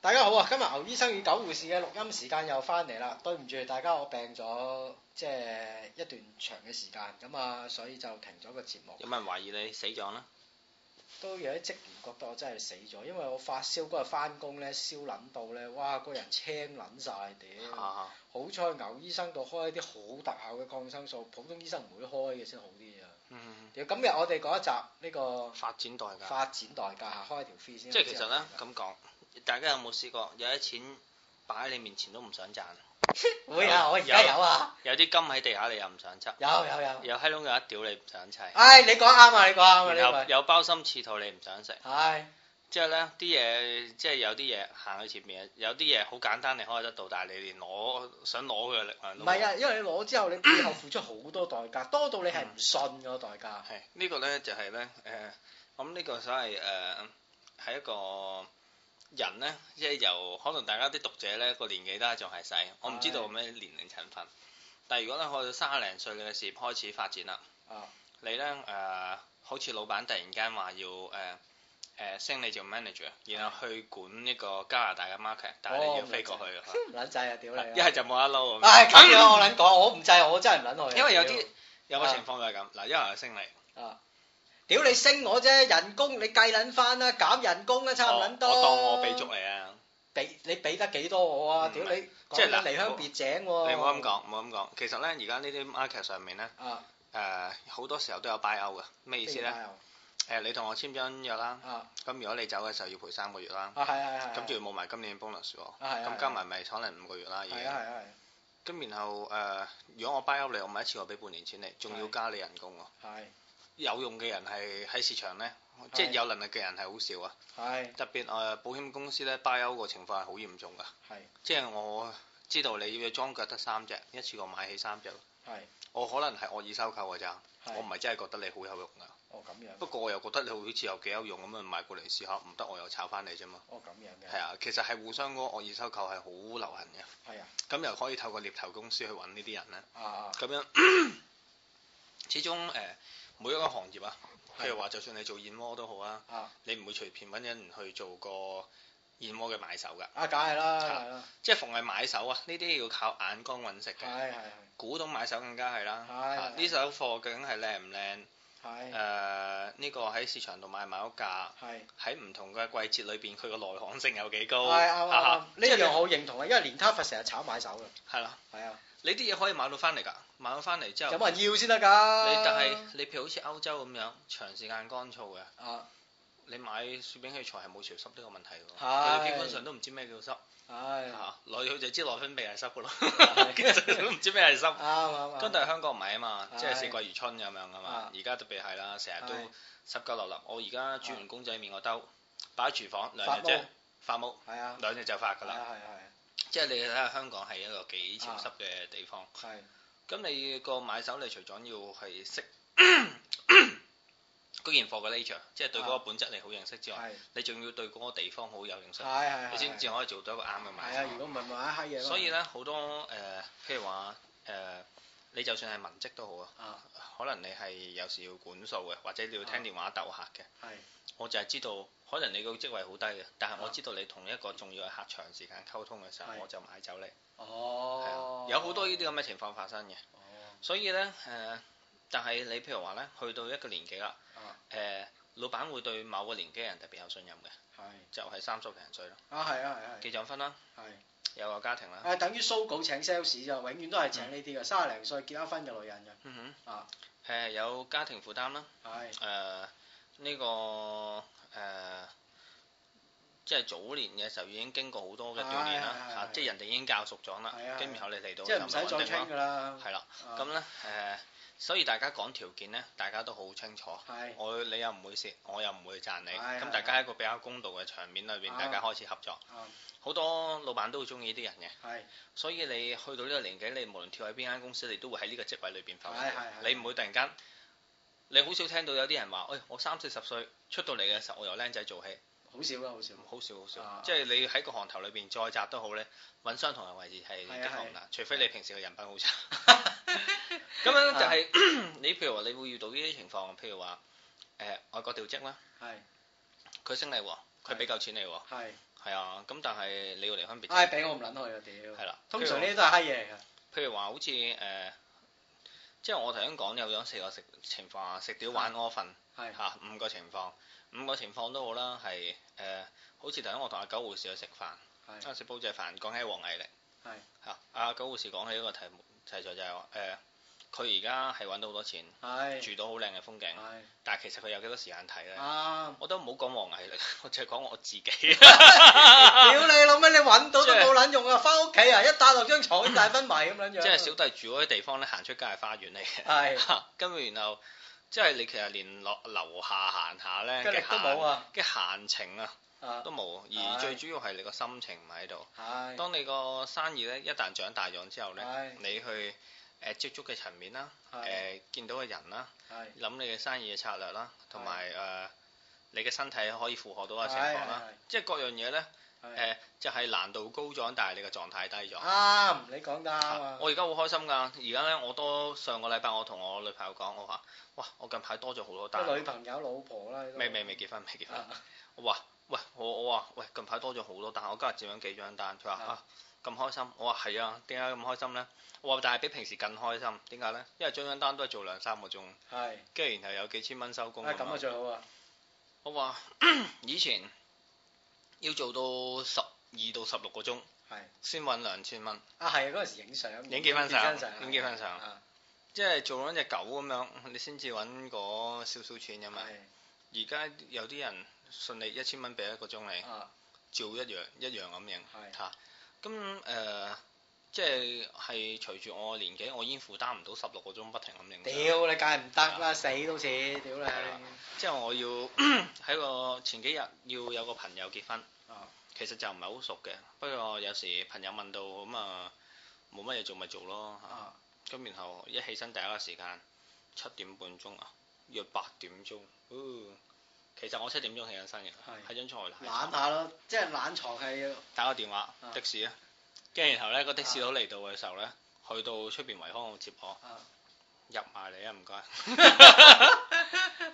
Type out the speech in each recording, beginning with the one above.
大家好啊！今日牛醫生與狗護士嘅錄音時間又翻嚟啦。對唔住大家，我病咗即係一段長嘅時間，咁啊，所以就停咗個節目。有冇人懷疑你死咗呢？都有啲職員覺得我真係死咗，因為我發燒嗰日翻工咧，燒撚到咧，哇！個人青撚晒屌。啊，好彩牛醫生度開一啲好特效嘅抗生素，普通醫生唔會開嘅先好啲啊。嗯，屌，今日我哋講一集呢個發展代價。發展代價下開一條飛先。即係其實咧咁講，大家有冇試過有啲錢擺喺你面前都唔想賺？會啊！我而家有啊，有啲金喺地下你又唔想執，有有有。有閪窿有一屌你唔想砌，唉，你講啱啊！你講啱啊！然呢後位。有包心刺肚你唔想食。唉。之後咧啲嘢即係有啲嘢行去前面，有啲嘢好簡單你可以得到，但係你連攞想攞佢嘅力量唔都冇係啊，因為你攞之後，你背後付出好多代價，多到你係唔信嗰個代價。係呢個咧就係咧誒，我諗呢個所謂誒係一個人咧，即係由可能大家啲讀者咧個年紀都仲係細，我唔知道咩年齡層分。但係如果咧去到三廿零歲，你嘅事業開始發展啦，啊你咧誒、呃好似老闆突然間話要誒。誒升你做 manager，然啊後去管呢個加拿大嘅 market，但哦係你要飛過去 嘅 話，撚制啊！屌你一啊！係就冇得撈咁樣唉，咁樣我撚講，我唔制，我真係唔撚去啊。因為有啲屌有個情況就係咁，嗱，一係就升你，屌你升我啫，人工你計撚翻啦，減人工啦，差唔我撚我多。當我俾足你啊！俾你俾得幾多我啊？嗯屌你，即係講緊嗱離鄉別井喎。你唔好咁講，唔好咁講。其實咧，而家呢啲 market 上面咧，誒、啊！好多時候都有 buy out 嘅。咩意思咧？誒、啊你同我簽張約啦，啊咁如果你走嘅時候要賠三個月啦，係係係。咁仲要冇埋今年 bonus 喎，啊係啊係啊咁加埋咪可能五個月啦已係啊經。係啊咁然後誒、如果我 buy out 你，我咪一次過俾半年錢你，仲要係加你人工喎。係有用嘅人係喺市場咧，即係係有能力嘅人係好少啊。係特別誒、保險公司咧 buy out 個情況係好嚴重㗎。係即係我知道你要裝腳得三隻，一次過買起三隻咯。係我可能係惡意收購㗎咋。我係唔。係真係覺得你好有用㗎，哦咁樣，不過我又覺得你好似有幾有用咁啊，買過嚟試下，唔得我又炒翻你啫嘛。哦咁樣嘅係。啊，其實係互相嗰個惡意收購係好流行嘅。係啊。咁又可以透過獵頭公司去揾呢啲人咧，啊啊咁樣 始終誒、呃每一個行業啊，譬如話就算你做燕窩都好啊，啊你唔會隨便揾人去做個燕窩嘅買手㗎，啊！梗係啦，係啦，即係逢係買手啊，呢啲要靠眼光揾食嘅，係係股東買手更加係啦。係啊呢手貨究竟係靚唔靚？誒係呃呢個喺市場度買賣屋價，係。喺唔同嘅季節裏邊，佢個內行性有幾高？係啱啊啱哈呢即係你樣我認同啊，因為連卡佛成日炒買手嘅，係啦，係啊，你啲嘢可以買到翻嚟㗎，買到翻嚟之後，有啊你冇人要先得㗎？但係你譬如好似歐洲咁樣，長時間乾燥嘅，啊，你買雪餅器材係冇潮濕呢個問題㗎係喎，佢哋基本上都唔知咩叫濕唉，啱嚇，內佢就知內分泌係濕㗎咯， 係其實佢都唔知咩係啱濕。咁啱，但係香港唔係啊嘛，即係係四季如春咁樣噶嘛啊。而家特別係啦，成日都係啊濕鳩流流。我而家煮完公仔麵個兜，擺喺廚房兩發日啫毛，發毛係啊，兩日就發㗎係啦。啊係即係你睇下香港係一個幾潮濕嘅地方。啊係咁你個買手，你除咗要係 識嗰件貨嘅 nature，即係對嗰個本質你好認識之外，啊係你仲要對嗰個地方好有認識，係係，你先至可以做到一個啱嘅係啊，買如果唔係買閪嘢咯，手。所以咧，好多誒，譬如話誒，你就算係文職都好啊。啊可能你係有時要管數嘅，或者你要聽電話鬥客嘅。啊係我就係知道，可能你個職位好低嘅，但係我啊知道你同一個重要嘅客長時間溝通嘅時候，係我就買走你。係哦啊，，有好多呢啲咁嘅情況發生嘅。所以呢，誒、但係你譬如話呢，去到一個年紀啦，誒、啊老闆會對某個年紀嘅人特別有信任嘅，係就係三十零歲啦，啊係啊係啊結咗婚啦，係有個家庭啦，係，誒等於蘇稿請 sales 咋，永遠都係請呢啲嘅，三十零歲結咗婚嘅女人嘅，嗯哼，誒、啊有家庭負擔啦。係呃誒呢、個誒、即係早年嘅時候已經經過好多嘅鍛鍊啦，係係係嚇、即係人哋已經教熟咗啦係啊，跟住然後你嚟到即係唔使就再穩定啦傾㗎啦，係啦，啊咁咧誒，所以大家講條件咧，大家都好清楚。係我你又唔會蝕，我又唔會賺你，係係咁啊大家喺一個比較公道嘅場面裏邊，啱大家開始合作啱。好多老闆都會中意呢啲人嘅，係所以你去到呢個年紀，你無論跳喺邊間公司，你都會喺呢個職位裏邊浮係係係你唔會突然間，你好少聽到有啲人話，喂、我三四十歲出到嚟嘅時候，我由僆仔做起，好少啦好少，好少好少。啊即係你喺個行頭裏邊再窄都好咧，揾相同嘅位置係係啊極難係啦，除非你平時嘅人品 好差。咁樣就係、啊 你譬如話，你會遇到呢啲情況，譬如話誒、外國調職啦，係佢升你喎，佢俾夠錢你喎，係。係係啊，咁但係你要離婚別唉，井，俾我唔撚去啊屌！係啦。通常呢啲都係閪嘢嚟㗎。譬如話好似誒、呃即係我頭先講有咗四個食情況啊，食屌玩屙瞓係嚇五個情況，五個情況都好啦，係誒、呃好似頭先我同阿九護士去食飯，係啊食煲仔飯，講起黃毅力係嚇，阿九護士講起一個題目題材就係話誒，佢而家係揾到好多錢，係啊住到好靚嘅風景，係但係其實佢有幾多時間睇 咧？啱。我都唔好講黃毅力，我就係講我自己，啊屌你老味，你揾到都即係冇撚用啊！翻屋企啊，一打落張床大昏迷咁撚樣。 即係小弟住嗰啲地方咧，行出街係花園嚟嘅。 係，跟住然後即係你其實連落樓下行下咧，跟力都冇啊！嘅閒情啊啊，都冇，唉而最主要係你個心情唔喺度。係當你個生意咧一旦長大咗之後咧，係你去誒接觸嘅層面啦，係誒見到嘅人啦，係。諗你嘅生意嘅策略啦，同埋誒你嘅身體可以負荷到嘅情況啦，即係各樣嘢咧係誒就係難度高咗，但係你嘅狀態低咗。啱，你講得啱啊！我而家好開心㗎，而家咧我都上個禮拜我同我女朋友講，我話：哇！我近排多咗好多單個，女朋友、老婆啦，未未未結婚未結婚啊，我話：喂，我我話喂，近排多咗好多單，我今日佔咗幾張單。佢話啊啊咁開心，我話係啊，點解咁開心咧？我話但係比平時更開心，點解咧？因為張張單都係做兩三個鐘，係跟住然後有幾千蚊收工啊，咁啊咁樣。最好啊！我話 以前要做到十二到十六個鐘係，先揾兩千蚊，啊係啊，嗰陣時影相，影幾分相相，影幾分相啊即係做緊只狗咁樣，你先至揾嗰少少錢㗎嘛。係而家有啲人順利一千蚊俾一個鐘你，啊照一樣一樣咁認係嚇。咁誒、呃即係係隨住我年紀，我已經負擔唔到十六個鐘不停咁認屌相。你梗係啊唔得啦，死都似屌你係啦即係我要 喺個前幾日要有個朋友結婚，啊其實就唔係好熟嘅，不過有時朋友問到咁啊，冇乜嘢做咪做咯嚇。啊！咁然後一起身第一個時間七點半鐘啊，約八點鐘。哦其實我七點鐘起緊身嘅係，喺張牀懶度下咯，即係懶床係打個電話啊的士啊，跟住然後咧個的士佬嚟到嘅時候咧，去到出邊維康度接我啊，入埋嚟啊唔 該，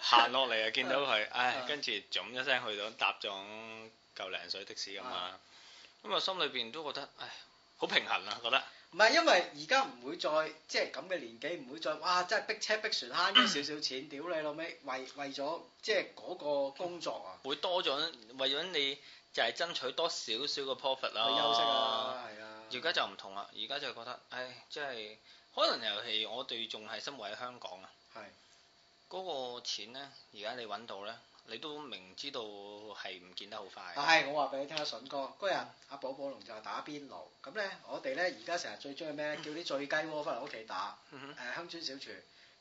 行落嚟啊見到佢，唉啊跟住咁一聲去到搭咗嚿零水的士咁啊，咁啊心裏邊都覺得唉好平衡啊覺得。唔係因為而家唔會再即係咁嘅年紀唔會再哇，真係逼車逼船 慳咗少少錢，屌你老味，為為咗即係嗰個工作啊會多咗，為咗你就係爭取多少少嘅 profit 去啦。休息！啊，係啊，而家就唔同啦，而家就覺得，唉，即係可能尤其我哋仲係生活喺香港啊。係。嗰個錢咧，而家你揾到咧，你都明知道係唔見得好快。唉，我話俾你聽啊，筍哥嗰日阿寶寶龍就話打邊爐，咁咧我哋咧而家成日最中意咩？叫啲醉雞窩翻嚟屋企打，誒、嗯哼鄉村小廚，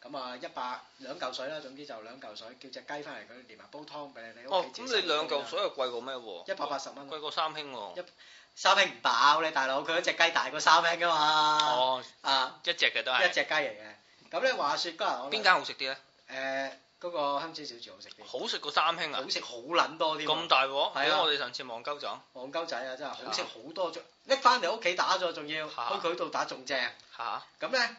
咁啊一百兩嚿水啦，總之就兩嚿水，叫只雞翻嚟佢連埋煲湯俾你，你哦屋，企咁自己你兩煲嚿啦水又貴過咩喎？一百八十蚊啊，貴過三兄喎。三兄唔飽你大佬，佢嗰只雞大過三兄噶嘛，哦，啊一隻嘅都一係。隻雞嚟嘅，咁咧話説嗰日我邊間好食啲咧？誒嗰個鄉村小廚好食啲，好食過三兄啊！好食好撚多添喎。咁大鑊，係啊俾我哋上次望鳩咗。戇鳩仔啊，真係好食好多種，拎翻嚟屋企打咗，仲要去嚇佢度打仲正。嚇，好啊咁咧，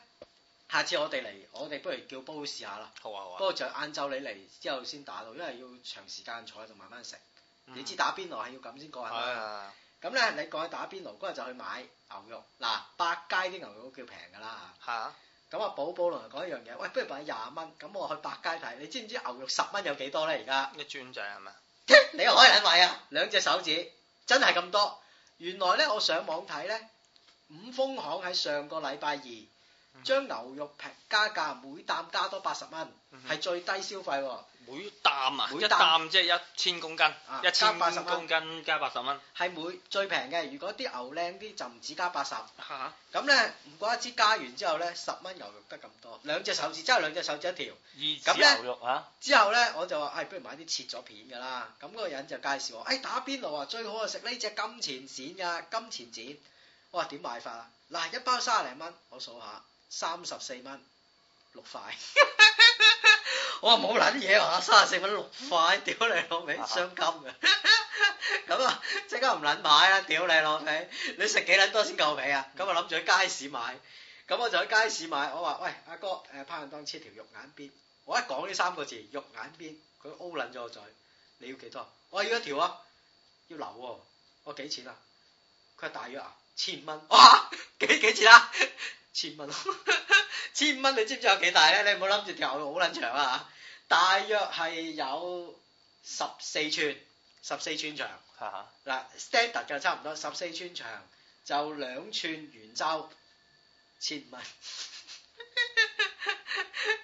下次我哋嚟，我哋不如叫煲試下啦。好不啊。過就晏晝你嚟之後先打到，因為要長時間坐喺度慢慢食。你知打邊爐係要咁先過癮嗯係啦。啊，咁咧，你講起打邊爐嗰日就去買牛肉，嗱，百佳啲牛肉叫平㗎啦係啊，嚇。咁啊，寶寶同講一樣嘢，喂，不如買廿蚊，咁我去百佳睇，你知唔知牛肉十蚊有幾多咧？而家？一轉仔係咪？你又可以撚位啊！兩隻手指真係咁多。原來咧，我上網睇咧，五豐行喺上個禮拜二嗯將牛肉平加價，每擔加多八十蚊，係最低消費喎。嗯每擔啊，每啊一擔即係一千公斤，一加千80蚊公斤加八十蚊。係每最平嘅。如果啲牛靚啲就唔止加八十。嚇！咁咧，唔怪之加完之後咧，十蚊牛肉得咁多，兩隻手指真係兩隻手指一條。二咁呢指牛肉啊，之後咧，我就話：，唉、不如買啲切咗片㗎啦。咁、嗰個人就介紹我：，唉、打邊爐啊，最好啊食呢只金錢鱔㗎，金錢鱔。我話點買法啊？嗱，一包三十零蚊，我數下，三十四蚊六塊。我話冇撚嘢啊，三十四蚊六塊，屌你老味，雙金嘅。咁啊，即刻唔撚買啦，屌你老味！你食幾撚多先夠味啊？咁啊，諗住去街市買。咁我就喺街市買，我話：，喂，阿哥，誒拍人當切條肉眼邊。我一講呢三個字肉眼邊，佢 O 撚咗個嘴。你要幾多？我話要一條啊，要流喎、我幾錢啊？佢話大約啊，千蚊。 哇，幾幾錢啊？ 千蚊，千蚊你知唔知有幾大咧？你唔好諗住條路好撚長啊！大約係有十四寸，十四寸長。嚇嚇，嗱，standard 嘅差唔多，十四寸長就兩寸圓周，千蚊。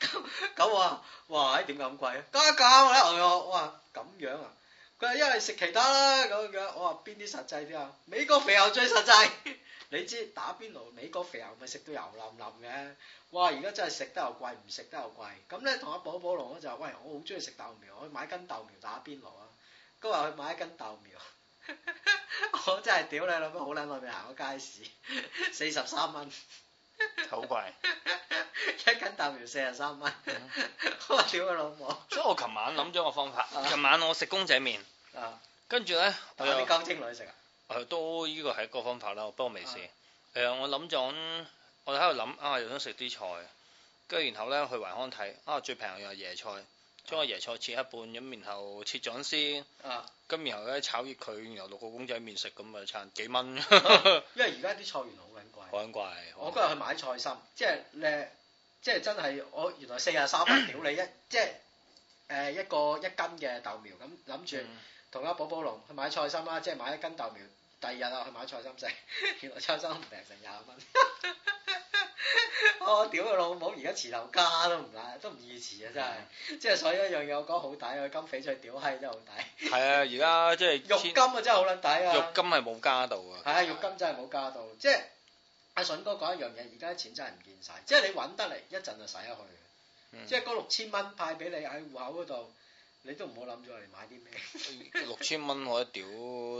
咁咁我話：哇！咦點解咁貴啊？加價咧，我我話咁樣啊。佢話因為食其他啦咁樣，我話邊啲實際啲啊？美國肥牛最實際。 你知打邊爐美國肥牛咪食到油淋淋嘅，哇！而家真係食得又貴，唔食得又貴。咁咧同阿寶寶龍咧就話：喂，我好中意食豆苗，我去買斤豆苗打邊爐啊！今日去買一斤豆苗，我真係屌你老母，好撚耐未行過街市，四十三蚊好貴。一斤豆苗，四十三蚊嗯， 我屌佢老母所以我琴晚諗咗個方法啊，琴晚我食公仔麵，啊！跟住咧我同啲又金精女食啊，誒哎都呢個係一個方法啦，不過未試。誒我諗咗，我喺度諗啊，又想食啲菜，跟住然後咧去維康睇啊，最平又係椰菜，將個椰菜切一半咁，然後切咗絲。啊咁然後咧炒熱佢，然後落個公仔麵食咁啊，餐幾蚊，好因為而家啲菜原來好撚貴。撚怪。我嗰日去買菜心，即係咧，即係真係我原來四十三蚊，屌你一即係誒、一個一斤嘅豆苗咁諗住。嗯同阿寶寶龍去買菜心啦，即係買一斤豆苗。第二日啊，去買菜心食， 原來菜心唔平成廿蚊。 我屌佢老母！而家持頭家都唔難，都唔易持啊！真係，嗯即係所以一樣嘢我講好抵啊！金翡翠屌閪真係好 抵，係啊，而家即係肉千金啊真係好撚抵肉啊！金係冇加到啊。係啊，肉金真係冇加到，即係阿筍哥講一樣嘢，而家啲錢真係唔見晒，即係你揾得嚟一陣就使咗去嘅，嗯即係嗰六千蚊派俾你喺戶口嗰度，你都唔好諗住嚟買啲咩。六千蚊我一屌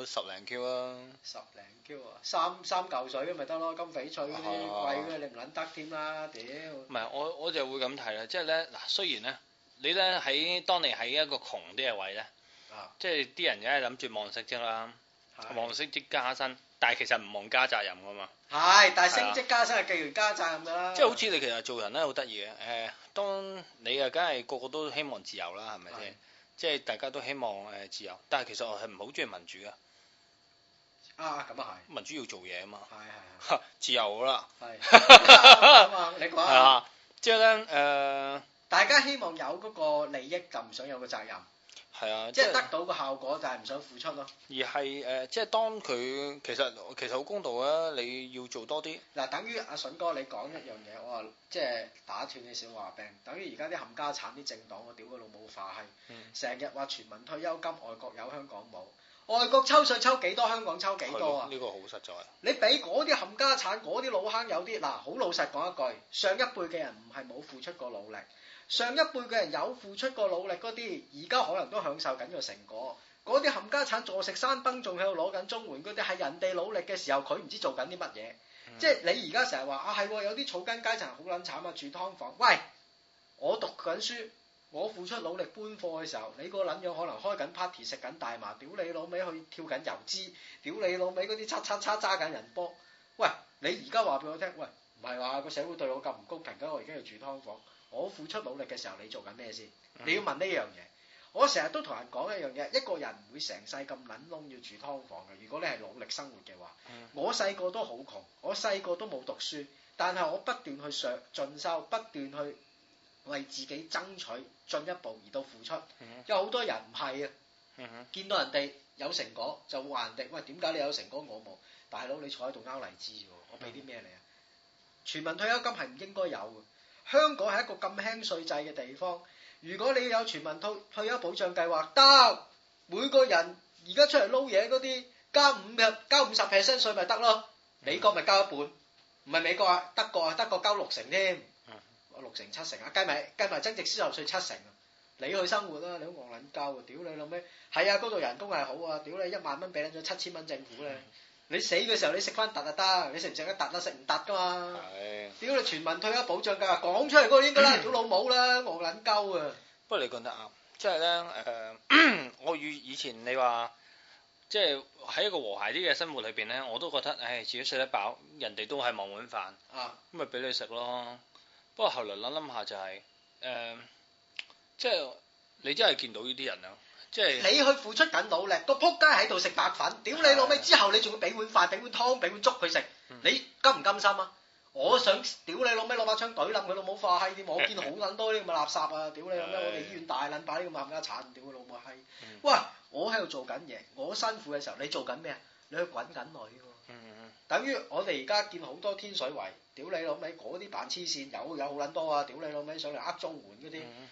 十零 Q 啊！十零 Q 啊，三三嚿水咁咪得咯，金翡翠嗰啲哦貴嗰啲你唔撚得添啦，屌！唔係我我就會咁睇啦，即係咧嗱，雖然咧你咧喺當你喺一個窮啲嘅位咧，啊即係啲人梗係諗住望息啫啦，係望息即加薪，但係其實唔望加責任噶嘛。係，但係升職加薪係既然加責任㗎啦，啊即係好似你其實做人咧好得意嘅，誒、當你啊，梗係個個都希望自由啦，係咪係先？即係大家都希望誒、自由，但係其實我係唔好中意民主嘅，啊咁啊民主要做嘢啊嘛，係，係 自由啦，係係係 咁啊，你講係下，啊，即係呃咧誒，大家希望有嗰個利益就唔想有個責任，係啊，即即係係得到個效果就係唔想付出咯。而係誒、即係當佢其實其實好公道啊，你要做多啲，嗱，等於阿筍哥你講一樣嘢，我話即係打斷你小話柄，等於而家啲冚家產啲政黨，我屌佢老母化嗯閪，成日話全民退休金外國有香港冇，外國抽税抽幾多香港抽幾係多咯啊？呢個好實在，你俾嗰啲冚家產嗰啲老坑有啲嗱，好老實講一句，上一輩嘅人唔係冇付出過努力，上一輩嘅人有付出過努力嗰啲，而家可能都享受緊個成果。嗰啲冚家產坐食山崩，仲喺度攞緊綜援嗰啲，係人哋努力嘅時候，佢唔知做緊啲乜嘢。即係你而家成日話啊係喎，有啲草根階層好撚慘啊，住劏房。喂，我讀緊書，我付出努力搬貨嘅時候，你個撚樣可能開緊 party 食緊大麻，屌你老味去跳緊油脂，屌你老味嗰啲叉叉叉揸緊人波。喂，你而家話俾我聽，喂唔係話個社會對我咁唔公平，咁我而家要住劏房，我付出努力嘅時候，你做緊咩先？你要問呢樣嘢。我成日都同人講一樣嘢，一個人唔會成世咁撚窿要住劏房嘅。如果你係努力生活嘅話，嗯我細個都好窮，我細個都冇讀書，但係我不斷去上進修，不斷去為自己爭取進一步而到付出。嗯有好多人唔係啊。嗯哼見到人哋有成果就話人哋，喂點解你有成果我冇？大佬你坐喺度拗荔枝啫喎，我俾啲咩你啊？全民退休金係唔應該有嘅，香港係一個咁輕稅制嘅地方。如果你有全民退退休保障計劃，得每個人而家出嚟撈嘢嗰啲加五日加五十 percent 稅咪得咯，美國咪交一半，唔係美國啊，德國啊，德國交六成添嗯，六成七成啊，計埋計埋增值銷售稅七成啊，你去生活啦，你好戇撚交啊，屌你老味！係啊，嗰度人工係好啊，屌你一萬蚊俾撚咗七千蚊政府咧，你死嘅時候你食翻突就得，你食唔食得突啦，食唔突噶嘛。嗯係。屌你全民退休保障㗎，講出嚟嗰個應該啦，屌老母啦，戇撚鳩啊！不過你講得啱，即係咧誒， 我與以前你話，即係喺一個和諧啲嘅生活裏邊咧，我都覺得，唉，自己食得飽，人哋都係望碗飯，啊，咁咪俾你食咯。不呃過後來諗諗下就係、誒、即係你真係見到呢啲人啊，即係你去付出緊努力，個撲街喺度食白粉，屌你老味！係之後你仲要俾碗飯、俾碗湯、俾碗粥佢食嗯，你甘唔甘心啊？我想屌你老味，攞把槍懟冧佢老母化閪添！我見好撚多呢啲咁嘅垃圾啊！屌你老味，係我哋醫院大撚把呢啲咁嘅冚家鏟，屌佢老母閪嗯！哇！我喺度做緊嘢，我辛苦嘅時候，你做緊咩啊？你去滾緊女喎！嗯等於我哋而家見好多天水圍，屌你老味，嗰啲扮黐線有有好撚多啊！屌你老味，上嚟呃綜援嗰啲。嗯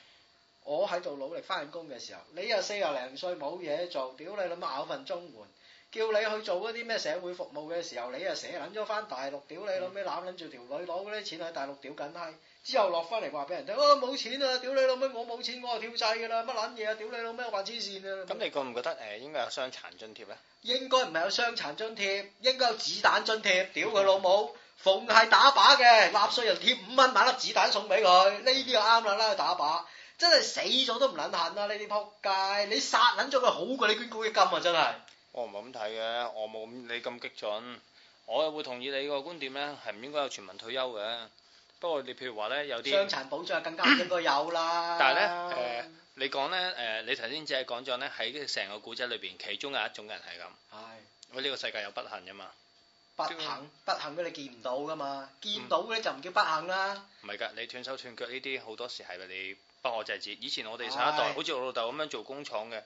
我喺度努力翻緊工嘅時候，你又四廿零歲冇嘢做，屌你諗咬份綜援，叫你去做嗰啲咩社會服務嘅時候，你又寫撚咗翻大陸，屌你諗嗯咩攬撚住條女攞嗰啲錢去大陸屌緊閪，之後落翻嚟話俾人聽，啊冇錢啊，屌你老味我冇錢，我就跳掣㗎啦，乜撚嘢啊，屌你老味我話黐線啊！咁你覺唔覺得誒應該有傷殘津貼咧？應該唔係有傷殘津貼，應該有子彈津貼。屌佢老母，逢係打靶嘅納税人貼五蚊買粒子彈送俾佢，呢啲就啱啦啦去打靶。真係死咗都唔撚恨啦！啊呢啲撲街，你殺撚咗佢好過你捐公益金啊！真係我唔係咁睇嘅，我冇你咁激進，我又會同意你個觀點咧，係唔應該有全民退休嘅。不過你譬如話咧，有啲傷殘保障更加唔應該有啦。 但係呢誒你講咧誒，你頭先只係講咗咧喺成個古仔裏邊，其中有一種人係咁，係佢呢個世界有不幸㗎嘛，不幸，不幸嗰你見唔到噶嘛，見到嗰啲就唔叫不幸啦。唔係㗎，你斷手斷腳呢啲好多時係你不可制止。以前我哋上一代係好似我老豆咁樣做工廠嘅，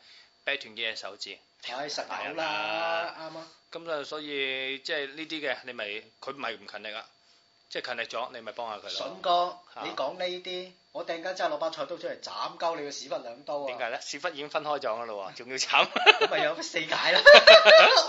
掰斷幾隻手指，係實大有人嗯啊啦，啱啊。咁啊，所以即係呢啲嘅，你咪佢咪唔勤力啊，即係勤力咗，你咪幫下佢咯筍。哥嚇，你講呢啲，我突然間真係攞把菜刀出嚟斬鳩你個屎忽兩刀啊！點解咧？屎忽已經分開咗㗎啦喎，仲 要慘。咁咪有四解啦。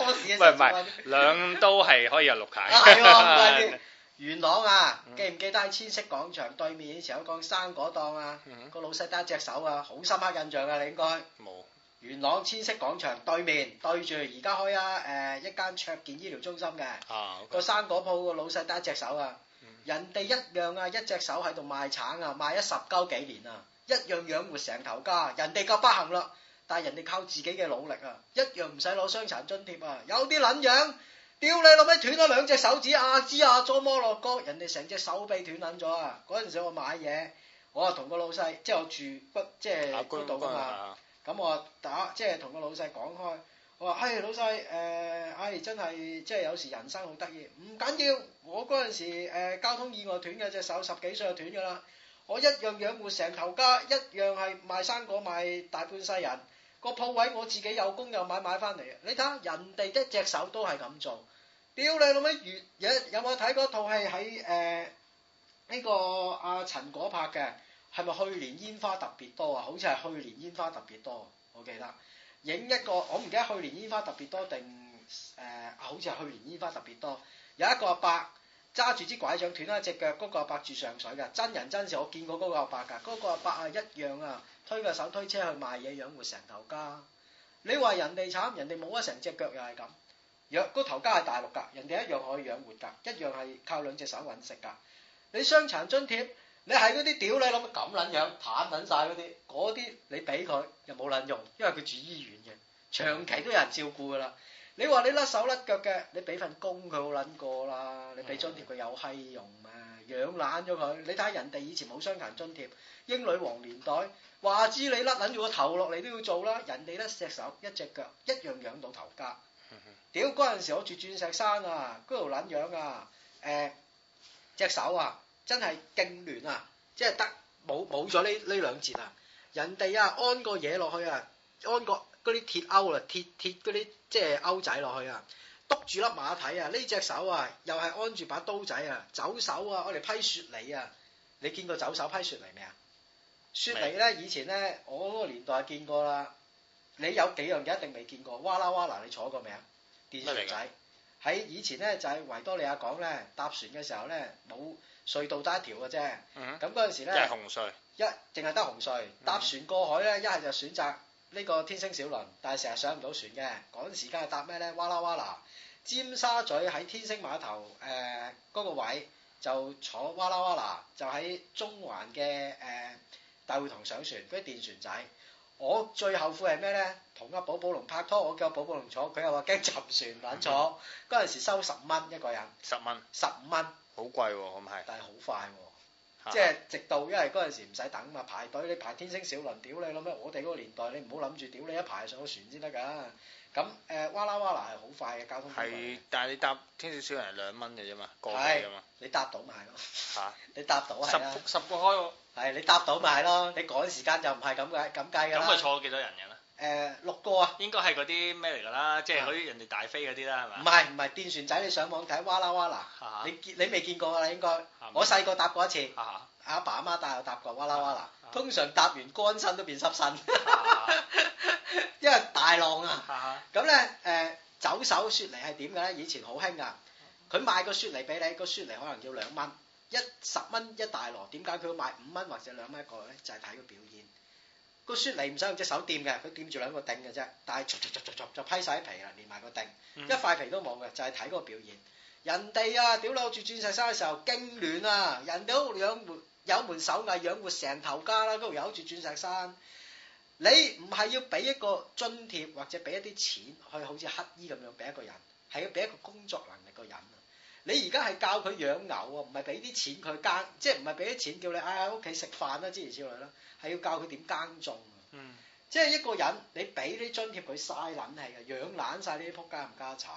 我試唔一係試唔係，兩刀係可以有六 解。啊 係喎，唔怪之元朗啊，記唔記得喺千色廣場對面以前有個生果檔啊？嗯個老細得一隻手啊，好深刻印象啊！你應該冇元朗千色廣場對面對住而家開啊誒、一間卓健醫療中心嘅啊，OK，嗯個生果鋪個老細得一隻手啊，人哋一樣啊，一隻手喺度賣橙啊，賣咗十鳩幾年啊，一樣養活成頭家，人哋夠不幸啦，但係人哋靠自己嘅努力啊，一樣唔使攞傷殘津貼啊，有啲撚樣。屌你老味，斷咗兩隻手指啊！知啊，咗摩洛哥，人哋成隻手臂斷撚咗啊！嗰陣時我買嘢，我啊同個老細，即係我住骨，即啊係官嗰度噶官嘛。啊，咁我打即係同個老細講開，我話：，唉、老細，誒、唉、真係即係有時人生好得意，唔緊要。我嗰陣時誒、交通意外斷嘅隻手，十幾歲就斷㗎啦。我一樣養活成頭家，一樣係賣生果賣大半世人。個鋪位我自己有工有買買翻嚟嘅，你睇下人哋一隻手都係咁做。屌你老味，如有有冇睇嗰套戲喺誒呢個阿、陳果拍嘅？係咪去年煙花特別多啊？好似係去年煙花特別多，我記得影一個，我唔記得去年煙花特別多定誒、呃好似係去年煙花特別多。有一個阿伯揸住支拐杖斷咗一隻腳，嗰、個阿伯住上水㗎，真人真事，我見過嗰個阿伯㗎，嗰、個阿伯啊一樣啊，推個手推車去賣嘢養活成頭家。你話人哋慘，人哋冇咗啊成隻腳又係咁，若個頭家係大陸㗎，人哋一樣可以養活㗎，一樣係靠兩隻手揾食㗎。你傷殘津貼。你係嗰啲屌你諗咁撚樣攤撚晒嗰啲，嗰啲你俾佢又冇撚用，因為佢住醫院嘅，長期都有人照顧噶啦。你話你甩手甩腳嘅，你俾份工佢好撚過啦，你俾津貼佢有閪用咩？養懶咗佢，你睇下人哋以前冇傷殘津貼，英女王年代話知你甩撚住個頭落嚟都要做啦，人哋咧隻手一隻腳一樣養到頭家。屌嗰陣時我住鑽石山啊，嗰度撚樣啊，誒、隻手啊，真係勁亂啊，即係得冇冇咗呢呢兩節啊，人哋啊安個嘢落去啊，安個嗰啲鐵鈎啊，鐵鐵嗰啲即係鈎仔落去啊，篤住粒馬蹄啊，呢隻手啊又係安住把刀仔啊，走手啊，我哋批雪梨啊，你見過走手批雪梨未啊？雪梨咧以前咧，我嗰個年代見過啦，你有幾樣嘢一定未見過，哇啦哇啦，你坐過未啊？電咩船嚟㗎仔喺以前咧就係、維多利亞港咧搭船嘅時候咧冇隧道得一條嘅啫，嗯咁嗰陣時一係嗯咧紅隧，一淨係得紅隧，搭船過海咧一係就選擇呢個天星小輪，但係成日上唔到船嘅，嗰陣時梗係搭咩咧？哇啦哇啦，尖沙咀喺天星碼頭誒嗰、個位就坐哇啦哇啦，就喺中環嘅誒大會堂上船嗰啲電船仔。我最後悔係咩咧？同阿寶寶龍拍拖，我叫阿寶寶龍坐，佢又話驚沉船唔撚嗯坐。嗰陣時收十蚊一個人，十蚊十五蚊，好貴喎，咁係但係好快喎、啊即係直到因為嗰陣時唔使等嘛，排隊你排天星小輪，屌你諗咩？我哋嗰個年代你唔好諗住屌你一排上個船先得㗎。咁誒哇啦哇啦係好快嘅交通工具係，，但係你搭天使小人係兩蚊嘅啫嘛，個幾係啫嘛，你搭到咪係咯， 嚇你搭到十係啊啦，個十個開喎，係你搭到咪係咯，你趕時間就唔係啊咁計咁計㗎咁咪啊啦。坐幾多人㗎啦？誒六個啊！應該係嗰啲咩嚟㗎啦？即係嗰啲人哋大飛嗰啲啦，係唔咪？係唔係電船仔，你上網睇哇啦哇啦，嚇你見你未見過㗎啦應該。嚇我細個搭過一次，嚇嚇阿爸阿媽帶我搭過哇啦哇啦啊。通常搭完乾身都變濕身， 嚇因為大浪啊。嚇咁咧誒走手雪梨係點嘅咧？以前好興噶，佢賣個雪梨俾你，個雪梨可能要兩蚊，一十蚊一大籮。點解佢要賣五蚊或者兩蚊一個咧？就係睇個表演。個雪梨唔使用隻手掂嘅，佢掂住兩個頂嘅啫，但係逐逐逐逐就批晒啲皮啦，連埋個頂。嗯一塊皮都冇嘅，就係睇嗰個表演。人哋啊，屌佬住鑽石山嘅時候經亂啊！人哋都養活有門手藝養活成頭家啦，嗰度有住鑽石山。你唔係要俾一個津貼或者俾一啲錢去好似乞衣咁樣俾一個人，係要俾一個工作能力個人啊！你而家係教佢養牛啊，唔係俾啲錢佢耕，即係唔係俾啲錢叫你唉喺屋企食飯啦，之如此類啦，係要教佢點耕種啊！嗯即係一個人，你俾啲津貼佢嘥撚氣嘅，養懶晒呢啲仆街冚家產。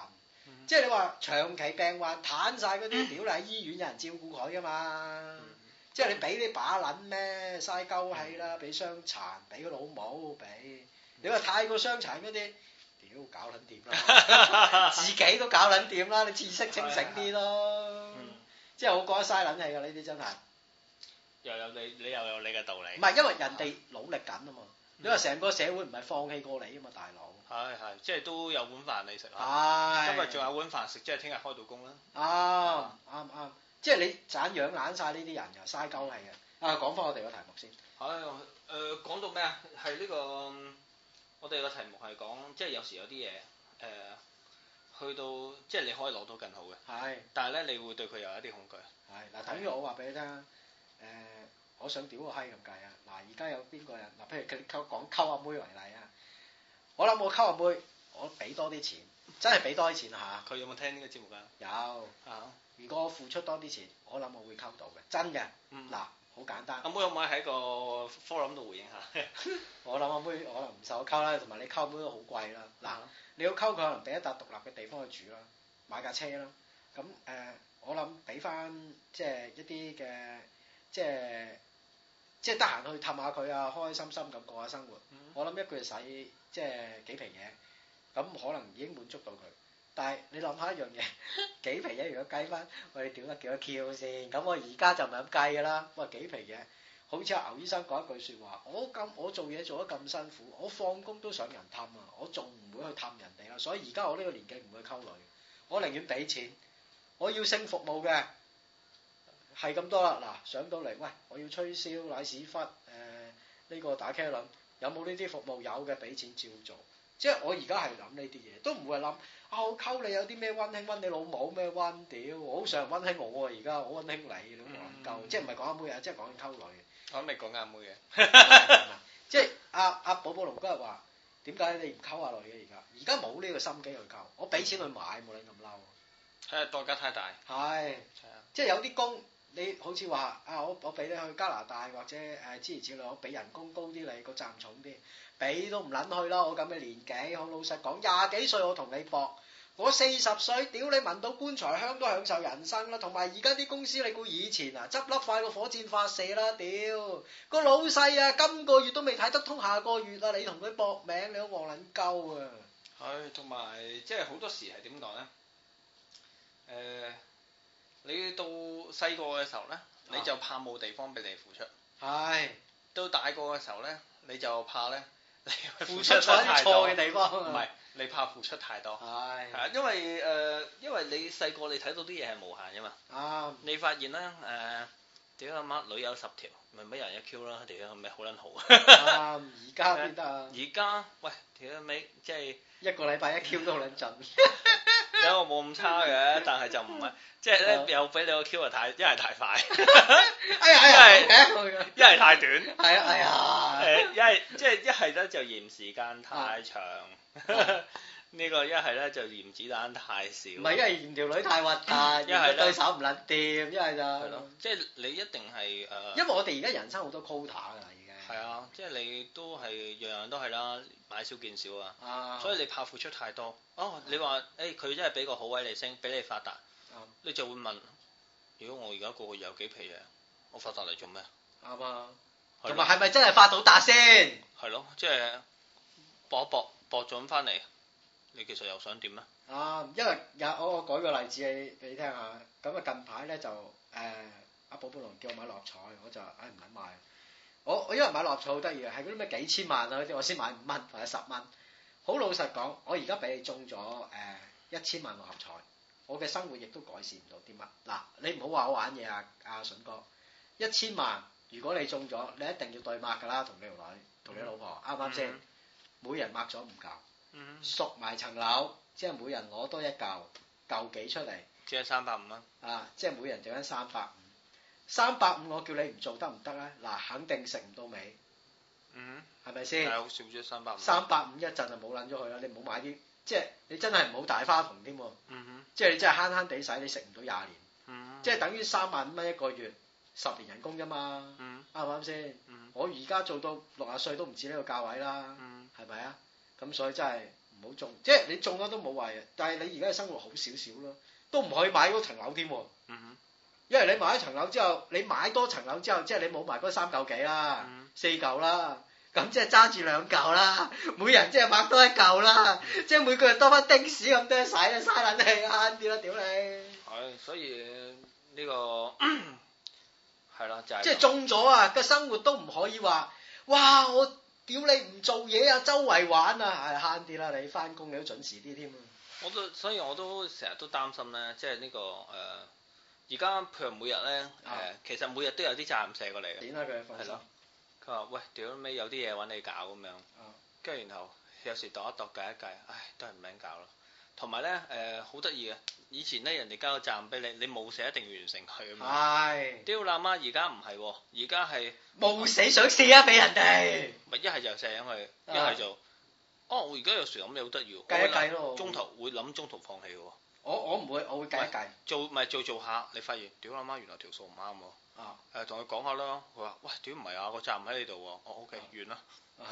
嗯即係你話長期病患攤晒嗰啲，屌你喺醫院有人照顧佢噶嘛？嗯即係你俾你把撚咩，嘥鳩氣嗯啦，俾傷殘，俾個老母，俾你話太過傷殘嗰啲，屌搞撚掂 啦，自己都搞撚掂啦，你知識清醒啲咯，嗯，即係好講得嘥撚氣㗎呢啲真係。又有你你又有你嘅道理唔，係因為人哋努力緊啊嘛，嗯你話成個社會唔係放棄過你啊嘛，大佬。係係，即係都有碗飯你食啊！唉，今日仲有碗飯食，即係聽日開到工啦。啱啱啱，即係你盞養懶晒呢啲人又嘥鳩氣嘅。啊，講翻我哋個題目先。唉，誒、講到咩啊？係呢、個我哋個題目係講，即係有時有啲嘢誒，去到即係你可以攞到更好嘅，係但係咧你會對佢有一啲恐懼。係嗱，等於我話俾你聽，誒、我想屌個閪咁計啊！嗱，而家有邊個人嗱？譬如佢溝講溝阿妹為例啊，我諗我溝阿妹，我俾多啲錢，真係俾多啲錢嚇。佢有冇聽呢個節目㗎？有，啊，如果我付出多啲錢，我諗我會溝到嘅，真嘅。嗯嗱，好簡單。阿妹可唔可以喺個 forum 度回應下？我諗阿妹可能唔受溝啦，同埋你溝妹都好貴啦。嗱，啊你要溝佢可能俾一笪獨立嘅地方去住啦，買架車啦。咁誒、呃我諗俾翻即係一啲嘅，即係即係得閒去氹下佢啊，開開心心咁過下生活。嗯我諗一個月使即係幾皮嘢，咁可能已經滿足到佢。但係你諗下一樣嘢，幾皮嘢如果計翻，我哋屌得幾多 Q 先？咁我而家就唔係咁計㗎啦。喂，幾皮嘢？好似阿牛醫生講一句説話，我咁我做嘢做得咁辛苦，我放工都想人氹啊，我仲唔會去氹人哋啦。啊所以而家我呢個年紀唔會溝女，我寧願俾錢，我要性服務嘅，係咁多啦。嗱，上到嚟，喂，我要吹簫、奶屎忽，誒、呢、個打茄輪，有冇呢啲服務？有嘅，俾錢照做。即係我而家係諗呢啲嘢，都唔會諗啊！我溝你有啲咩温馨温你老母咩温屌，我好想温馨我啊！而家我温馨你，你都冇諗夠，嗯即係唔係講阿妹啊，即係講緊溝女。我未講緊阿妹嘅。即係阿阿寶寶龍今日話：點解你唔溝下女嘅而家？而家冇呢個心機去溝，我俾錢去買，冇你咁嬲。係代價太大，係係啊，即係有啲工，你好似話啊，我我俾你去加拿大或者誒、呃、諸如此類，我俾人工高啲你，個責任重啲，俾都唔撚去啦！我咁嘅年紀，好老實講，廿幾歲我同你搏。我四十歲，屌你聞到棺材香都享受人生啦，同埋而家啲公司你估以前啊執笠快過火箭發射啦，屌個老細啊，今個月都未睇得通下個月啊，你同佢搏命，你都戇撚鳩啊！係同埋即係好多時係點講咧？誒、你到細個嘅時候咧，你就怕冇地方俾你付出。唉，到大個嘅時候咧，你就怕咧， 你會付付出出咗啲得太錯多嘅，嗯地方啊，唔係你怕付出太多，係係啊，因為誒、呃因為你細個你睇到啲嘢係無限嘅嘛，啱你發現咧誒，屌阿媽女友十條，咪乜人一 Q 啦，屌咪好撚好啊！啱，而家邊得啊？而家喂，屌尾即係一個禮拜一 Q 都好撚盡，有個冇咁差嘅，但係就唔 係，即係啊咧又俾你個 Q 啊太，一係太快， 哎呀哎呀，係啊一係太短，誒、係啊哎呀，一係即係一係咧就嫌時間太長。 呢個一係咧就鹽子彈太少，啊唔係因為鹽條女太核突，一係而咧對手唔撚掂，一係係就咯，即係你一定係誒。呃因為我哋而家人生好多 quota 㗎啦，已經係啊，即係你都係樣樣都係啦，買少見少啊。啊，所以你怕付出太多。哦，你話誒佢真係俾個好位你升，俾你發達啱，你就會問：如果我而家個個月有幾皮嘢，我發達嚟做咩？啱啊，係同埋咯，係咪真係發到達先？係咯，即係搏一搏，搏咗咁翻嚟，你其實又想點咧？啊，因為有我我舉個例子你俾你聽下，咁啊近排咧就誒阿寶寶龍叫我買六合彩，我就唉唔肯買。我我因為買六合彩好得意嘅，係嗰啲咩幾千萬啊嗰啲，我先買五蚊或者十蚊。好老實講，我而家俾你中咗誒一千萬六合彩，我嘅生活亦都改善唔到啲乜。嗱，你唔好話我玩嘢啊，阿筍哥，一千萬如果你中咗，你一定要對擘㗎啦，同你條女，同你老婆，啱唔啱先？每人擘咗唔夠。嗯？嗯，熟埋層樓，即係每人攞多一嚿嚿幾出嚟只係三百五蚊。啊！即係每人就緊三百五，三百五我叫你唔做得唔得啊？嗱，肯定食唔到尾，嗯，係咪但先？係好啊少咗三百五。三百五一陣就冇撚咗佢啦！你唔好買啲，即係你真係唔好大花筒添喎！嗯哼，即係你真係慳慳地使，你食唔到廿年，嗯，即係等於三萬五蚊一個月，十年人工啫嘛，嗯啱唔啱先嗯？我而家做到六啊歲都唔止呢個價位啦。嗯係咪啊？咁所以真係唔好中，即係你中咗都冇謂嘅。但係你而家嘅生活好少少咯，都唔可以買嗰層樓添喎，嗯因為你買咗層樓之後，你買多層樓之後，即係你冇埋嗰三嚿幾啦，嗯四嚿啦，咁即係揸住兩嚿啦，每人即係擘多一嚿啦，即係每個月多翻丁屎咁多使啦，嘥撚氣啊慳啲啦，屌你！哼，係，所以呢個 係啦，就係即係咁中咗啊，個生活都唔可以話，哇！我屌你唔做嘢啊，周圍玩啊，係慳啲啦，你翻工你都準時啲添啊。我都所以我都成日都擔心咧，即係呢、個誒，呃而、家譬如每日咧誒，啊其實每日都有啲責任射過嚟嘅。點啦佢放係心咯。佢話：喂，屌尾有啲嘢揾你搞咁樣啊，跟住然後有時度一度計一計，唉，都係唔撚搞啦。同埋咧誒，好得意嘅，以前咧人哋交個責任俾你，你冇寫一定要完成佢啊嘛。係屌啦媽，而家唔係喎，而家係冒死想試啊，俾人哋咪一係就射咗佢，啊一係就哦，我而家有時諗嘢好得意喎，我計會一諗計咯。中途會諗中途放棄嘅喎。我我唔會，我會計一計。做咪做做下，你發現屌阿媽原來條數唔啱喎。啊誒同佢講下啦，佢話：喂，屌唔係啊，個站唔喺你度喎。哦，OK，啊完啦。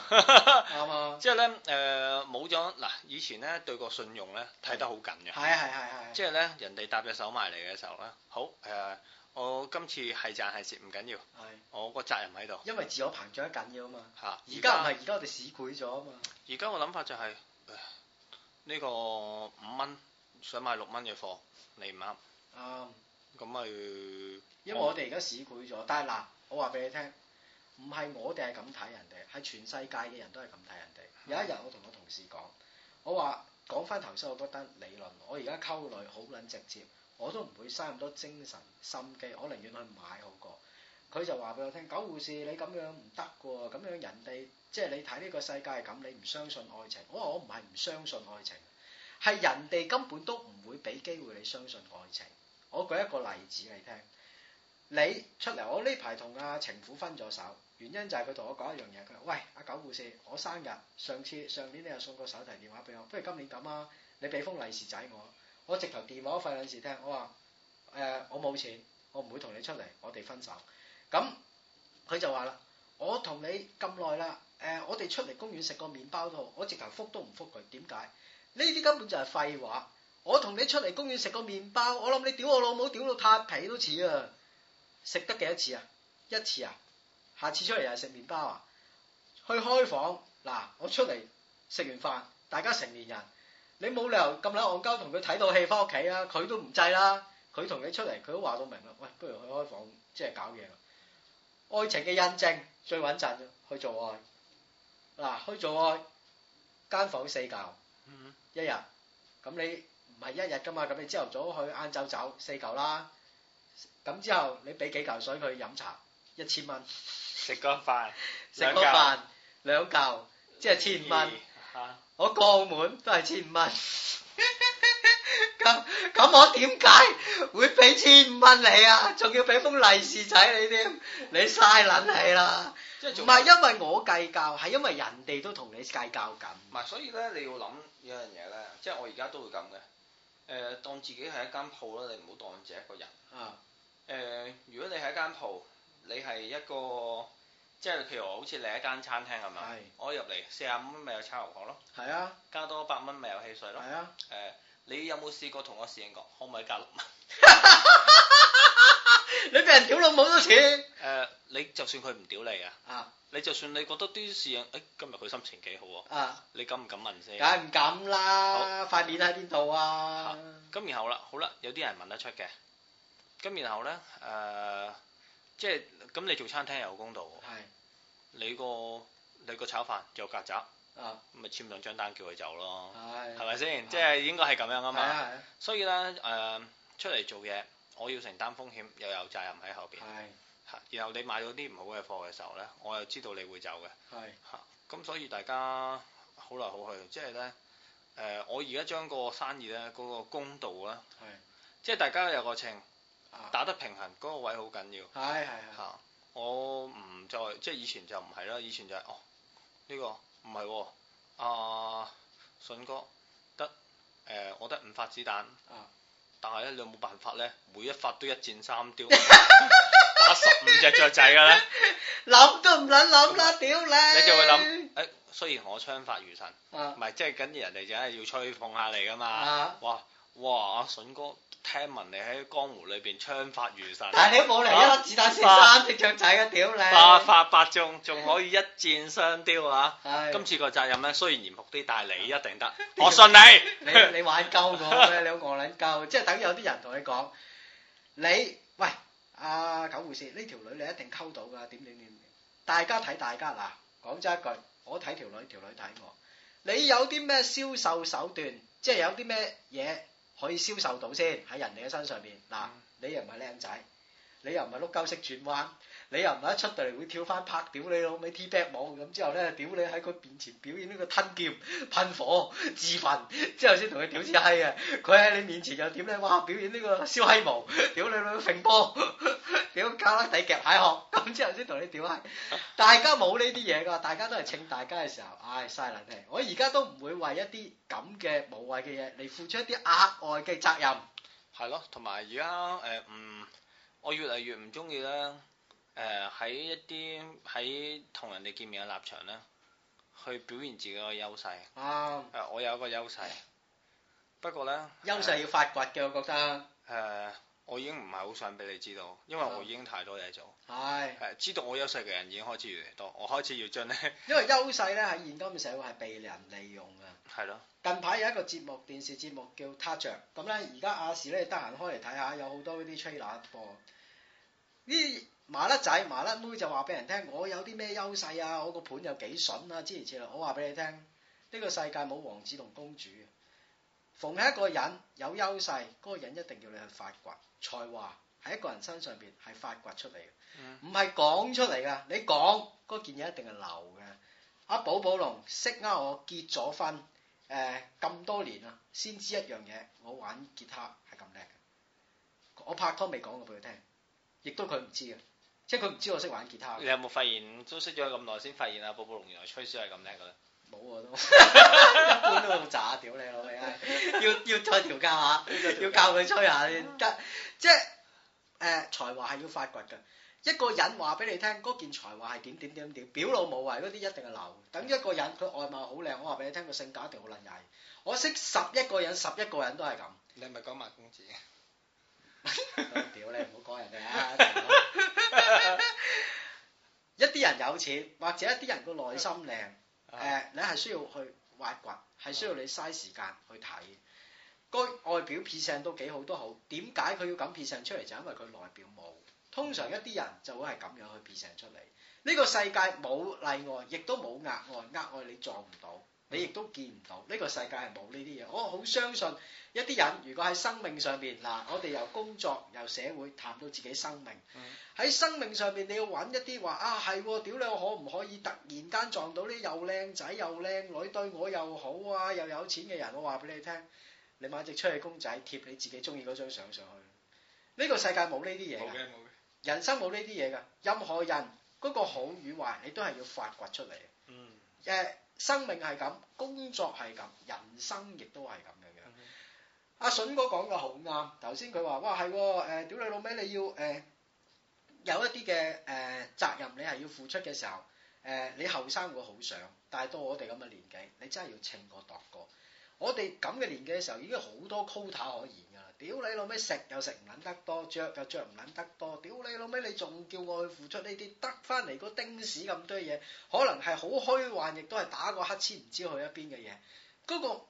啱啊，即係咧誒呃冇咗嗱，以前咧對個信用咧睇得好緊嘅，係係係係。即係咧人哋搭隻手埋嚟嘅時候咧，好誒、我今次係賺係蝕唔緊要，係，我個責任喺度因為自我膨脹緊要啊嘛。嚇。而家唔係，而家我哋市儈咗啊嘛。而家我諗法就係、唉呢、個五蚊想買六蚊嘅貨，你唔啱，啱，咁咪因為我哋而家市儈咗。但係嗱，我話俾你聽，唔係我哋係咁睇人哋，係全世界嘅人都係咁睇人哋。有一日我同我同事講，我話講翻頭先我嗰單理論，我而家溝女好撚直接，我都唔會嘥咁多精神心機，我寧願去買好過。佢就話俾我聽，九護士你咁樣唔得嘅喎，咁樣人哋即係你睇呢個世界係咁，你唔相信愛情。我話我唔係唔相信愛情，係人哋根本都唔會俾機會你相信愛情。我舉一個例子你聽，你出嚟，我呢排同阿情婦分咗手，原因就係佢同我講一樣嘢，佢話：喂，阿九護士，我生日，上次上年你又送個手提電話俾我，不如今年咁啊，你俾封利是仔我，我直頭電話費兩時聽，我話：誒、我冇錢，我唔會同你出嚟，我哋分手。咁佢就話啦：我同你咁耐啦，誒、我哋出嚟公園食個麵包都好，我直頭覆都唔覆佢，點解？呢啲根本就係廢話。我同你出嚟公園食個麵包，我諗你屌我老母，屌到撻皮都似啊！食得幾多次啊？一次啊？下次出嚟又係食麵包啊？去開房嗱，我出嚟食完飯，大家成年人，你冇理由咁撚戇鳩同佢睇到戲翻屋企啊！佢都唔制啦，佢同你出嚟，佢都話到明啦，喂，不如去開房即係搞嘢啦。愛情嘅印證最穩陣，去做愛嗱，去做愛間房四嚿嗯一日，咁你唔係一日噶嘛，咁你朝頭早去晏晝走四嚿啦，咁之後你俾幾嚿水佢飲茶一千蚊。食個 飯，食個飯兩嚿，即係千五蚊。嚇。我過澳門都係千五蚊。咁咁 咁我點解會俾千五蚊你啊？仲要俾封利是仔你添，你嘥撚氣啦！即係唔做係因為我計較，係因為人哋都同你計較緊。唔係，所以咧你要諗有一樣嘢咧，即係我而家都會咁嘅。誒、呃當自己係一間鋪啦，你唔好當自己一個人。誒、啊呃如果你係一間鋪，你係一個即係譬如好似你一間餐廳咁樣，係我入嚟四廿五蚊咪有炒牛河咯，係啊加多百蚊咪有汽水咯。係啊，誒、你有冇試過同個侍應講可唔可以加六 蚊？你俾人屌老母都錢誒、呃你就算佢唔屌你啊，啊你就算你覺得啲侍應誒、今日佢心情幾好喎，啊！你敢唔敢問先梗？係唔敢啦，塊面喺邊度啊？咁然後啦，好啦，有啲人問得出嘅。咁然後咧，誒、即係咁你做餐廳又公道喎，係你個你個炒飯有曱甴，啊咁咪簽兩張單叫佢走咯，係係咪啊先？即係應該係咁樣啊係嘛。啊所以咧，誒、出嚟做嘢，我要承擔風險，又有責任喺後邊係。係嚇然後你買咗啲唔好嘅貨嘅時候咧，我又知道你會走嘅。係咁所以大家好來好去，即係咧誒，我而家將個生意咧嗰、個公道咧，係即係大家有個情啊打得平衡嗰、個位好緊要係係嚇、我唔再即係以前就唔係啦，以前就係、哦呢、個唔係喎，啊信哥得誒、我得五發子彈，啊但係咧你有冇辦法咧？每一發都一箭三 雕，打十五隻雀仔㗎咧。諗都唔撚諗啦，屌你！你就會諗諗誒、雖然我槍法如神，啊唔係即係跟住人哋就係要吹捧下你噶嘛。啊！哇哇，阿筍哥，聽聞你喺江湖裏邊槍法如神，但係你冇嚟啊一粒子彈射三隻雀仔嘅，屌你！百發百中，仲可以一箭雙雕啊！係今次個責任咧，雖然嚴酷啲，但係你一定得，我信你。你你玩鳩我咩？你好戇撚鳩，即係等於有啲人同你講，你喂阿九護士呢條女你一定溝到㗎，點點點點，大家睇大家嗱，講真一句，我睇條女，條女睇我，你有啲咩銷售手段，即係有啲咩嘢可以銷售到先喺人哋嘅身上面嗱，你又唔係靚仔，你又唔係碌鳩識轉彎。你又唔係一出到嚟會跳翻拍屌你老味 T back 舞咁之後咧，屌你喺佢面前表演呢個吞劍、噴火、自焚，之後先同佢屌支閪嘅。佢喺你面前又點咧？哇！表演呢個燒閪毛， 屌你老味揈波， 屌卡拉底夾蟹殼， 咁之後先同你屌閪。大家冇呢啲嘢㗎，大家都係稱大家嘅時候，唉嘥撚氣。我而家都唔會為一啲咁嘅無謂嘅嘢嚟付出一啲額外嘅責任。 係咯，同埋而家誒唔，我越嚟越唔中意咧誒喺一啲喺同人哋見面嘅立場咧，去表現自己嘅優勢。啊，誒、我有一個優勢，不過咧優勢要發掘嘅，我覺得誒、誒我已經唔係好想俾你知道，因為我已經太多嘢做。係誒、。知道我優勢嘅人已經開始越嚟越多，我開始要將咧因為優勢咧喺現今嘅社會係被人利用嘅。 係咯，近排有一個節目，電視節目叫《他着》，咁咧而家亞視咧得閒開嚟睇下，有好多嗰啲 trailer 播。啲麻甩仔、麻甩妹就話俾人聽：我有啲咩優勢啊？我個盤有幾筍啊？之前之類。我話俾你聽，呢、個世界冇王子同公主嘅。逢係一個人有優勢，嗰、個人一定要你去發掘才華，喺一個人身上邊係發掘出嚟嘅，唔係講出嚟㗎。你講嗰件嘢一定係流嘅。阿寶寶龍識啱我結咗婚，誒、咁多年啦，先知一樣嘢，我玩吉他係咁叻嘅。我拍拖未講過俾佢聽，亦都佢唔知嘅，即係佢唔知我識玩吉他嘅你。有冇發現都識咗咁耐先發現啊？寶寶龍原來吹簫係咁叻嘅咧？冇啊都，一般都好渣，屌你老味 啊！要要再調教下，要教佢吹下先得，即係誒、呃、才華係要發掘嘅。一個人話俾你聽，嗰件才華係點點點點，表露無遺嗰啲一定係流。等於一個人佢外貌好靚，我話俾你聽，個性格一定好撚曳。我識十一個人，十一個人都係咁。你係咪講埋公子？屌你，唔好講人哋啊！ 一啲人有錢，或者一啲人個內心靚，誒、你係需要去挖掘，係需要你嘥時間去睇。個外表 present 都幾好都好，點解佢要咁 present 出嚟？就因為佢內表冇。通常一啲人就會係咁樣去 present 出嚟。呢、個世界冇例外，亦都冇額外，額外你撞唔到，你亦都見唔到。呢、個世界係冇呢啲嘢。我好相信。一啲人如果喺生命上面，嗱，我哋由工作、由社會談到自己生命，嗯喺、生命上面你要揾一啲話啊係喎，屌你我可唔可以突然間撞到啲又靚仔又靚女對我又好啊又有錢嘅人？我話俾你聽，你買隻吹氣公仔貼你自己中意嗰張相上去。呢個世界冇呢啲嘢冇嘅冇㗎，嘅，人生冇呢啲嘢㗎。任何人嗰個好與壞，你都係要發掘出嚟。嗯，誒、生命係咁，工作係咁，人生亦都係咁樣嘅嗯。阿、筍哥講嘅好啱，頭先佢話：哇係喎，誒、屌你老味，你要誒、有一啲嘅誒責任，你係要付出嘅時候，誒、你後生會好想，但係到我哋咁嘅年紀，你真係要稱過度過。我哋咁嘅年紀嘅時候，已經好多 quota 可言㗎啦。屌你老味，食又食唔撚得多，着又着唔撚得多。屌你老味，你仲叫我去付出呢啲，得翻嚟個丁屎咁堆嘢。可能係好虛幻，亦都係打個乞嗤，唔知去一邊嘅嘢。嗰、個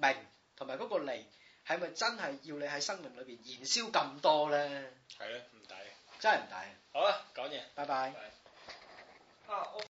名同埋嗰個利係咪真係要你喺生命裏邊燃燒咁多咧？係咧唔抵。啊真係唔抵，好啦，講嘢。拜拜。啊，我